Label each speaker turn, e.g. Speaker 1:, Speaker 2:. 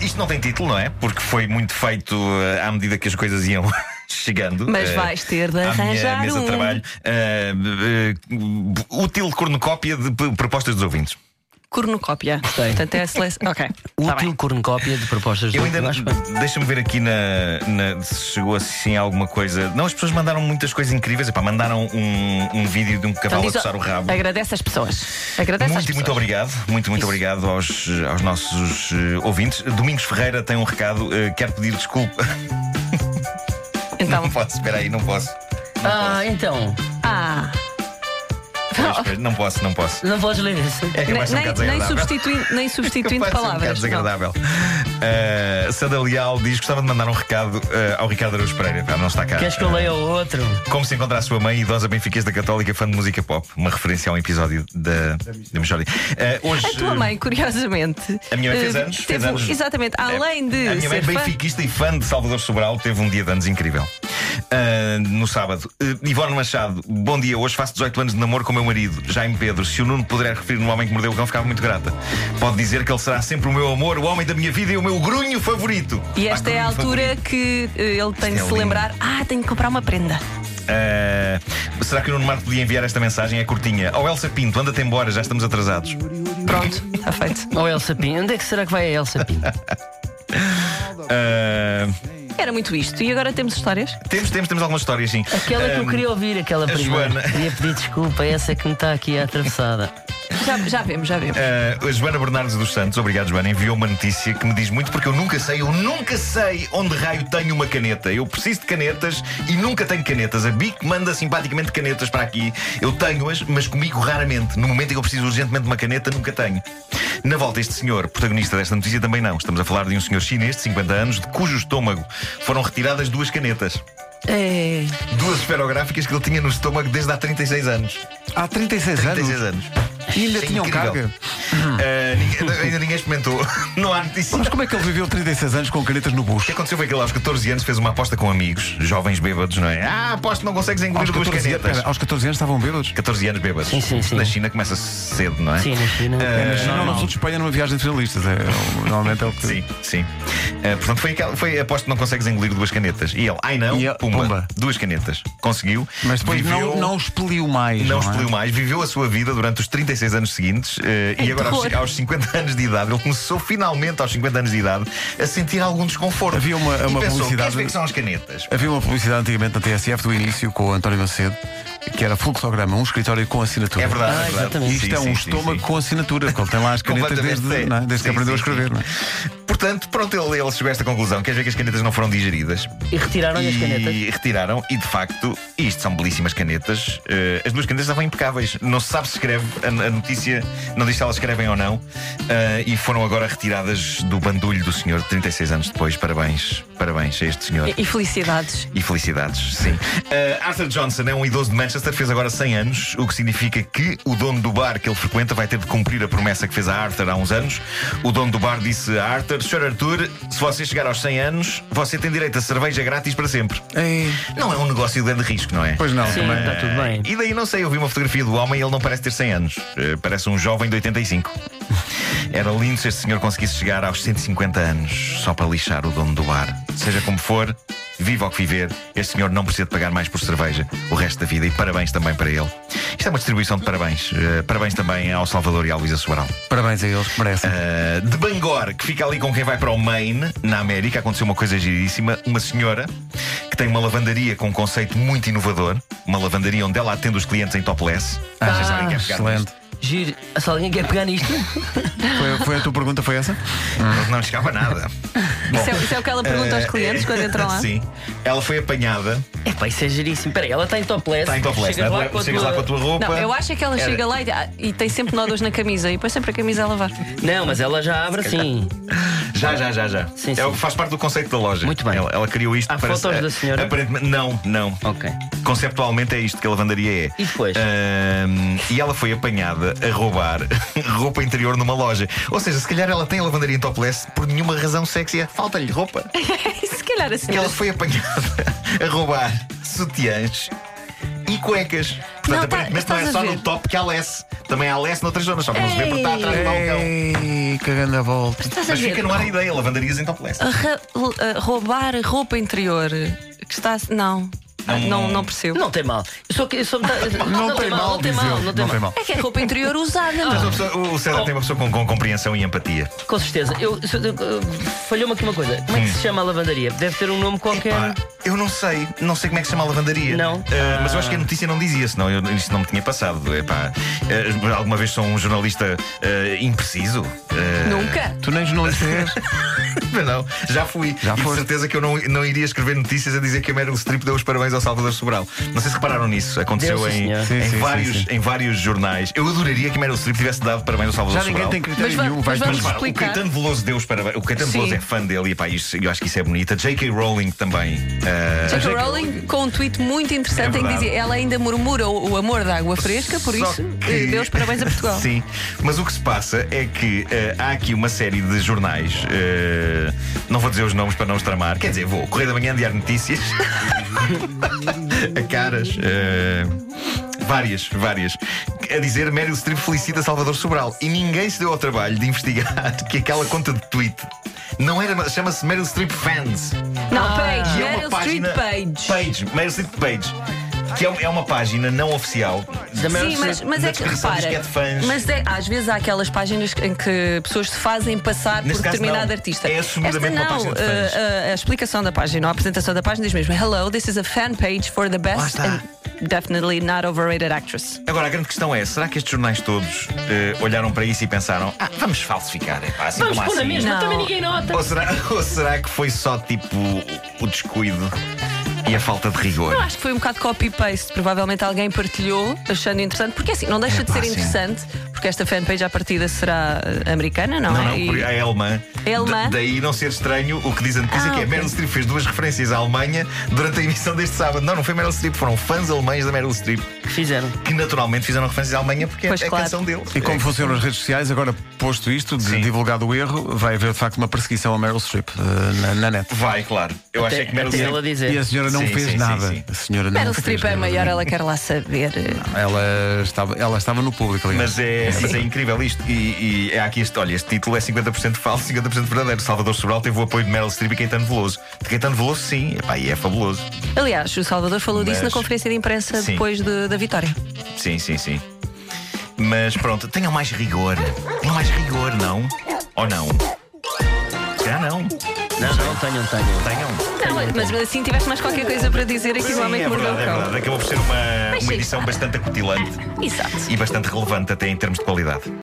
Speaker 1: isto não tem título, não é? Porque foi muito feito eh, à medida que as coisas iam chegando.
Speaker 2: Mas
Speaker 1: eh,
Speaker 2: vais ter
Speaker 1: à
Speaker 2: de
Speaker 1: minha
Speaker 2: arranjar
Speaker 1: mesa
Speaker 2: um.
Speaker 1: de trabalho. Eh, eh, útil cornucópia de p- propostas dos ouvintes.
Speaker 2: Cornucópia.
Speaker 3: Gostei.
Speaker 2: Portanto, é a seleção. Ok. Tá
Speaker 3: Útil
Speaker 2: bem.
Speaker 4: um
Speaker 3: cornucópia de propostas
Speaker 1: Eu
Speaker 3: de
Speaker 1: ainda.
Speaker 3: acho-
Speaker 1: Deixa-me ver aqui na, na- se chegou assim alguma coisa. Não, as pessoas mandaram muitas coisas incríveis. Epá, mandaram um, um vídeo de um
Speaker 2: Então,
Speaker 1: cavalo a
Speaker 2: diz-
Speaker 1: coçar o rabo.
Speaker 2: Agradece às pessoas. Agradece às
Speaker 1: Muito, e
Speaker 2: pessoas.
Speaker 1: muito obrigado. Muito, muito
Speaker 2: Isso.
Speaker 1: obrigado aos, aos nossos eh, ouvintes. Domingos Ferreira tem um recado. eh, quero pedir desculpa.
Speaker 2: Então.
Speaker 1: Não posso, espera aí, não posso.
Speaker 3: Ah, então,
Speaker 2: Ah.
Speaker 1: Espera, espera, Não posso, não posso.
Speaker 3: não podes ler isso.
Speaker 1: É
Speaker 2: Nem,
Speaker 1: capaz de ser um bocado
Speaker 2: nem, nem
Speaker 1: desagradável.
Speaker 2: substituindo, nem substituindo
Speaker 1: Capaz de ser Um bocado
Speaker 2: palavras. não.
Speaker 1: desagradável. Uh, Sandra Leal diz que gostava de mandar um recado eh, ao Ricardo Araújo Pereira. Pá, não está cá.
Speaker 3: Queres que eu leia o outro?
Speaker 1: Como se encontra a sua mãe, idosa benfiquista católica, fã de música pop. Uma referência a um episódio da, da Michórdia. Eh, hoje,
Speaker 2: A tua mãe, curiosamente.
Speaker 1: A minha mãe fez
Speaker 2: eh,
Speaker 1: anos,
Speaker 2: teve
Speaker 1: fez
Speaker 2: um-
Speaker 1: anos.
Speaker 2: Exatamente.
Speaker 1: eh,
Speaker 2: Além de.
Speaker 1: A minha mãe,
Speaker 2: ser fã-
Speaker 1: benfiquista e fã de Salvador Sobral, teve um dia de anos incrível. Eh, no sábado. Eh, Ivone Machado, bom dia. Hoje faço 18 anos de namoro com o meu marido, Jaime Pedro. Se o Nuno puder referir no homem que mordeu o cão, ficava muito grata. Pode dizer que ele será sempre o meu amor, o homem da minha vida e o meu grunho favorito.
Speaker 2: E
Speaker 1: Pá,
Speaker 2: esta é a
Speaker 1: grunho favorito.
Speaker 2: altura que eh, ele
Speaker 1: um é
Speaker 2: tem de se
Speaker 1: lindo.
Speaker 2: lembrar. Ah, tenho que comprar uma prenda.
Speaker 1: Uh, será que o Nuno Marco podia enviar esta mensagem? É curtinha. Ó Elsa Pinto, anda-te embora, já estamos atrasados.
Speaker 2: Pronto, está feito.
Speaker 3: Ou Elsa Pinto? Onde é que será que vai a Elsa Pinto?
Speaker 1: Uh,
Speaker 2: Era muito isto. E agora temos histórias?
Speaker 1: temos, temos, temos algumas histórias, sim.
Speaker 3: Aquela que eu
Speaker 1: Um,
Speaker 3: queria ouvir, aquela
Speaker 1: a
Speaker 3: primeira.
Speaker 1: Joana.
Speaker 3: Queria pedir desculpa, essa é que me está aqui à atravessada.
Speaker 2: Já, já vemos, já vemos.
Speaker 1: Uh, a Joana Bernardes dos Santos, obrigado Joana, enviou uma notícia que me diz muito porque eu nunca sei, eu nunca sei onde raio tenho uma caneta. Eu preciso de canetas e nunca tenho canetas. A BIC manda simpaticamente canetas para aqui. Eu tenho-as, mas comigo raramente. No momento em que eu preciso urgentemente de uma caneta, nunca tenho. Na volta, este senhor, protagonista desta notícia, também não. Estamos a falar de um senhor chinês de 50 anos, de cujo estômago foram retiradas duas canetas.
Speaker 2: É.
Speaker 1: Duas esferográficas que ele tinha no estômago desde há 36 anos.
Speaker 4: Há 36,
Speaker 1: 36
Speaker 4: anos.
Speaker 1: anos.
Speaker 4: E ainda
Speaker 1: Isso é
Speaker 4: tinham
Speaker 1: incrível.
Speaker 4: carga.
Speaker 1: Eh, ninguém- ainda ninguém experimentou. Não há notícia.
Speaker 4: Mas como é que ele viveu 36 anos com canetas no
Speaker 1: O que
Speaker 4: bucho?
Speaker 1: aconteceu foi que ele aos 14 anos fez uma aposta com amigos, jovens bêbados, não é? Ah, aposto que não consegues engolir
Speaker 4: Aos
Speaker 1: duas
Speaker 4: 14, anos,
Speaker 1: canetas.
Speaker 4: espera, aos 14 anos estavam bêbados?
Speaker 1: 14 anos bêbados.
Speaker 3: Sim, sim,
Speaker 1: Isto
Speaker 3: sim.
Speaker 1: Na China começa cedo, não é?
Speaker 3: Sim, na China.
Speaker 4: É,
Speaker 1: Eh,
Speaker 4: na China ou no
Speaker 3: normal.
Speaker 4: sul de Espanha numa viagem de finalistas. É, é, normalmente é o que.
Speaker 1: Sim, sim. Eh, portanto, foi, aquela, foi aposto que não consegues engolir duas canetas. E ele, ai não,
Speaker 4: E ele,
Speaker 1: pumba,
Speaker 4: pumba.
Speaker 1: duas canetas. Conseguiu.
Speaker 4: Mas depois
Speaker 1: viveu,
Speaker 4: não, não expeliu mais.
Speaker 1: não
Speaker 4: Não,
Speaker 1: expeliu
Speaker 4: é?
Speaker 1: mais, viveu a sua vida durante os 36 anos seguintes eh,
Speaker 2: Ai,
Speaker 1: e agora aos,
Speaker 2: terror.
Speaker 1: aos 50 anos de idade, ele começou finalmente aos 50 anos de idade a sentir algum desconforto.
Speaker 4: Havia uma-
Speaker 1: e
Speaker 4: uma
Speaker 1: pensou,
Speaker 4: publicidade-
Speaker 1: "Queres ver que são as canetas?
Speaker 4: Havia uma publicidade antigamente na TSF do início com o António Macedo, que era fluxograma, um escritório com assinatura.
Speaker 1: É verdade,
Speaker 3: Ah,
Speaker 1: é verdade.
Speaker 3: exatamente.
Speaker 4: E isto
Speaker 1: Sim,
Speaker 4: é
Speaker 1: sim,
Speaker 4: um
Speaker 1: sim,
Speaker 4: estômago
Speaker 1: sim.
Speaker 4: com assinatura, porque ele tem lá as canetas
Speaker 1: Completamente,
Speaker 4: desde,
Speaker 1: é.
Speaker 4: não é? desde
Speaker 1: Sim,
Speaker 4: que aprendeu
Speaker 1: sim,
Speaker 4: a escrever.
Speaker 1: sim.
Speaker 4: Não é?
Speaker 1: Portanto, pronto, ele, ele chegou a esta conclusão. Queres ver que as canetas não foram digeridas?
Speaker 3: E retiraram-lhe as canetas.
Speaker 1: E retiraram, e de facto, isto são belíssimas canetas. Eh, as duas canetas estavam impecáveis. Não se sabe se escreve, a, a notícia não diz se elas escrevem ou não. Eh, e foram agora retiradas do bandulho do senhor 36 anos depois. Parabéns, parabéns a este senhor.
Speaker 2: E, e felicidades.
Speaker 1: E felicidades, sim. Uh, Arthur Johnson é um idoso de Manchester, fez agora 100 anos, o que significa que o dono do bar que ele frequenta vai ter de cumprir a promessa que fez a Arthur há uns anos. O dono do bar disse a Arthur: Sr. Arthur, se você chegar aos 100 anos, você tem direito a cerveja grátis para sempre.
Speaker 4: Ei,
Speaker 1: Não é um negócio de grande risco, não é?
Speaker 4: Pois não,
Speaker 3: Sim,
Speaker 4: também.
Speaker 3: está tudo bem.
Speaker 1: E daí não sei, eu vi uma fotografia do homem e ele não parece ter 100 anos. Eh, Parece um jovem de 85. Era lindo se este senhor conseguisse chegar aos 150 anos só para lixar o dono do bar. Seja como for, viva o que viver, este senhor não precisa de pagar mais por cerveja o resto da vida. E parabéns também para ele. Isto é uma distribuição de parabéns. Eh, Parabéns também ao Salvador e à Luísa Sobral.
Speaker 4: Parabéns a eles, que merecem.
Speaker 1: Uh, de Bangor, que fica ali com quem vai para o Maine, na América, aconteceu uma coisa giríssima. Uma senhora que tem uma lavandaria com um conceito muito inovador, uma lavandaria onde ela atende os clientes em topless. Ah, já sabem quem é pegar
Speaker 4: Excelente.
Speaker 1: nisto.
Speaker 3: Giro. Se alguém quer pegar nisto,
Speaker 4: Foi, foi a tua pergunta, foi essa?
Speaker 1: Não, não chegava nada. Bom, Ah,
Speaker 2: Isso é, isso é o que ela pergunta
Speaker 1: Eh,
Speaker 2: aos clientes quando entram lá.
Speaker 1: Sim. Ela foi apanhada,
Speaker 3: é pá, isso é giríssimo. Peraí, ela está em topless.
Speaker 1: está em topless,
Speaker 3: Chegas
Speaker 1: né?
Speaker 3: lá com a
Speaker 1: chegas lá com
Speaker 3: tua-
Speaker 1: a tua roupa.
Speaker 2: Não, eu acho é que ela
Speaker 1: Era-
Speaker 2: chega lá e, ah, e tem sempre nódulos na camisa e põe sempre a camisa a lavar.
Speaker 3: Não, mas ela já abre assim.
Speaker 1: Já, já, já, já.
Speaker 3: Sim,
Speaker 1: É o
Speaker 3: sim.
Speaker 1: que faz parte do conceito da loja.
Speaker 3: Muito bem.
Speaker 1: Ela, ela criou isto
Speaker 3: Há
Speaker 1: para
Speaker 3: fotos da senhora?
Speaker 1: Aparentemente, não, não.
Speaker 3: Ok.
Speaker 1: Conceptualmente é isto que a lavandaria é.
Speaker 3: E depois?
Speaker 1: Ahm, e ela foi apanhada a roubar roupa interior numa loja. Ou seja, se calhar ela tem a lavandaria em topless por nenhuma razão sexy. é, Falta-lhe roupa.
Speaker 2: Se calhar assim.
Speaker 1: E ela foi apanhada a roubar sutiãs e cuecas. Portanto,
Speaker 2: Não, tá-
Speaker 1: aparentemente não
Speaker 2: estás
Speaker 1: é
Speaker 2: a
Speaker 1: só
Speaker 2: ver.
Speaker 1: no top que ela é. também há leste noutras zonas, só que não se vê porque está atrás do balcão.
Speaker 4: Ei, cagando a volta.
Speaker 2: Estás a
Speaker 1: Mas
Speaker 2: ver?
Speaker 1: fica no ar a ideia, lavandarias então leste.
Speaker 2: Ra- l- uh, roubar roupa interior que está. Não. Ah, Não, não percebo.
Speaker 3: Não tem mal. Eu sou, que- eu sou, não, não tem
Speaker 4: diz
Speaker 3: mal,
Speaker 4: ele.
Speaker 3: não tem mal.
Speaker 2: É que é roupa interior usada, não.
Speaker 1: Mas uma pessoa- o César tem uma pessoa com, com compreensão e empatia.
Speaker 3: Com certeza. Eu, se- eu- eu- falhou-me aqui uma coisa. Como
Speaker 1: Hum.
Speaker 3: é que se chama a lavandaria? Deve ter um nome qualquer.
Speaker 1: Pá, eu não sei, não sei como é que se chama a lavandaria.
Speaker 3: Não.
Speaker 1: Ah, mas eu acho que a notícia não dizia, senão eu, isto não me tinha passado. Epá, ah, alguma vez sou um jornalista ah, impreciso? Ah,
Speaker 2: Nunca.
Speaker 4: Tu nem jornalista és.
Speaker 1: Mas não, já fui.
Speaker 4: Já
Speaker 1: e de
Speaker 4: foste.
Speaker 1: certeza que eu não, não iria escrever notícias a dizer que a Meryl Streep deu os parabéns ao Salvador Sobral. Não sei se repararam nisso. Aconteceu
Speaker 3: Deu, sim,
Speaker 1: em,
Speaker 3: senhor.
Speaker 4: Sim,
Speaker 1: em
Speaker 4: sim,
Speaker 1: vários,
Speaker 4: sim, sim.
Speaker 1: em vários jornais. Eu adoraria que a Meryl Streep tivesse dado parabéns ao Salvador
Speaker 4: Já ninguém
Speaker 1: Sobral.
Speaker 4: tem
Speaker 2: Mas
Speaker 4: critério
Speaker 2: va-
Speaker 4: nenhum.
Speaker 2: mas
Speaker 4: vais
Speaker 2: vamos
Speaker 4: para-
Speaker 1: Repara, o
Speaker 2: explicar.
Speaker 1: Caetano Veloso deu os parabéns. O Caetano
Speaker 2: Sim.
Speaker 1: Veloso é fã dele e pá, isso, eu acho que isso é bonito. A J.K. Rowling também. ah,
Speaker 2: J.K. Rowling com um tweet muito interessante
Speaker 1: É
Speaker 2: em que
Speaker 1: verdade.
Speaker 2: dizia ela ainda murmura o, o amor da água fresca, por
Speaker 1: Só
Speaker 2: isso
Speaker 1: que-
Speaker 2: eh, deu os parabéns a Portugal.
Speaker 1: Sim, mas o que se passa é que eh, há aqui uma série de jornais. eh, não vou dizer os nomes para não os tramar. Quer dizer, vou. Correio da Manhã, Diário de Notícias. a caras. eh, Várias, várias. A dizer Meryl Streep felicita Salvador Sobral. E ninguém se deu ao trabalho de investigar que aquela conta de tweet não era. Chama-se Meryl Streep Fans.
Speaker 2: Não,
Speaker 1: Que
Speaker 2: page,
Speaker 1: é uma
Speaker 2: Meryl Street
Speaker 1: página.
Speaker 2: Page.
Speaker 1: Page, Meryl Streep Page. Que é, é uma página não oficial.
Speaker 3: Da Meryl
Speaker 2: Sim, mas,
Speaker 3: Streep.
Speaker 2: mas
Speaker 1: da
Speaker 2: é que
Speaker 1: descrição diz
Speaker 2: repara.
Speaker 1: que é de fãs.
Speaker 2: Mas é- às vezes há aquelas páginas em que pessoas se fazem passar
Speaker 1: Neste
Speaker 2: por
Speaker 1: caso,
Speaker 2: determinado
Speaker 1: não.
Speaker 2: artista.
Speaker 1: É
Speaker 2: Esta
Speaker 1: assumidamente uma
Speaker 2: não.
Speaker 1: página de fãs.
Speaker 2: eh, eh, a explicação da página, a apresentação da página diz mesmo: Hello, this is a fan page for the
Speaker 1: Lá
Speaker 2: best
Speaker 1: está.
Speaker 2: and definitely not overrated actress.
Speaker 1: Agora, a grande questão é: será que estes jornais todos eh, olharam para isso e pensaram, ah, vamos falsificar, é pá, assim
Speaker 3: Vamos
Speaker 1: como
Speaker 3: pôr na
Speaker 1: assim?
Speaker 3: mesma,
Speaker 2: Não.
Speaker 3: também ninguém nota.
Speaker 1: Ou será, ou será que foi só tipo o descuido e a falta de rigor?
Speaker 2: Eu acho que foi um bocado copy-paste. Provavelmente alguém partilhou achando interessante, porque assim, não deixa de
Speaker 1: Epá,
Speaker 2: ser
Speaker 1: É sim.
Speaker 2: interessante, porque esta fanpage à partida será eh, americana, não,
Speaker 1: Não,
Speaker 2: é?
Speaker 1: não,
Speaker 2: E-
Speaker 1: porque a Elma.
Speaker 2: A Elma?
Speaker 1: da- daí não ser estranho o que diz a notícia
Speaker 2: Ah,
Speaker 1: que é
Speaker 2: ok.
Speaker 1: Meryl Streep fez duas referências à Alemanha durante a emissão deste sábado. Não, não foi Meryl Streep, foram fãs alemães da Meryl Streep
Speaker 3: Que fizeram.
Speaker 1: que naturalmente fizeram referências à Alemanha porque
Speaker 2: Pois
Speaker 1: é
Speaker 2: claro.
Speaker 1: a canção deles.
Speaker 4: E
Speaker 1: É-
Speaker 4: como funcionam as redes sociais, agora posto isto, de-
Speaker 1: Sim.
Speaker 4: divulgado o erro, vai haver de facto uma perseguição a Meryl Streep eh, na, na net.
Speaker 1: Vai, claro. Eu acho é que
Speaker 3: Até,
Speaker 1: Meryl
Speaker 3: até
Speaker 1: Streep.
Speaker 3: ela dizer.
Speaker 4: E a senhora não
Speaker 1: Sim,
Speaker 4: fez
Speaker 1: sim, sim,
Speaker 4: nada.
Speaker 1: sim.
Speaker 4: A senhora não
Speaker 2: Meryl
Speaker 4: fez
Speaker 2: Streep é
Speaker 4: nada.
Speaker 2: maior, ela quer lá saber. eh,
Speaker 4: Ela estava, ela estava no público ali.
Speaker 1: Mas é, mas é incrível isto. E, e é aqui este, olha, este título é 50% falso, 50% verdadeiro. Salvador Sobral teve o apoio de Meryl Streep e Caetano Veloso. De Caetano Veloso, sim, Epá, e é fabuloso.
Speaker 2: Aliás, o Salvador falou disso na
Speaker 1: Mas-
Speaker 2: conferência de imprensa
Speaker 1: Sim.
Speaker 2: depois de- da vitória.
Speaker 1: Sim, sim, sim. Mas pronto, tenham mais rigor. Tenham mais rigor, não? Ou não? Já não.
Speaker 3: Não, não, tenham, tenham.
Speaker 1: Tenham.
Speaker 2: Não, mas assim tiveste mais qualquer coisa para dizer aqui do
Speaker 1: Sim,
Speaker 2: homem
Speaker 1: é
Speaker 2: que mordeu o
Speaker 1: verdade, é
Speaker 2: cão.
Speaker 1: verdade. Acabou por ser uma,
Speaker 2: Mas
Speaker 1: uma
Speaker 2: sim.
Speaker 1: edição bastante acutilante
Speaker 2: Exato.
Speaker 1: e bastante relevante, até em termos de qualidade.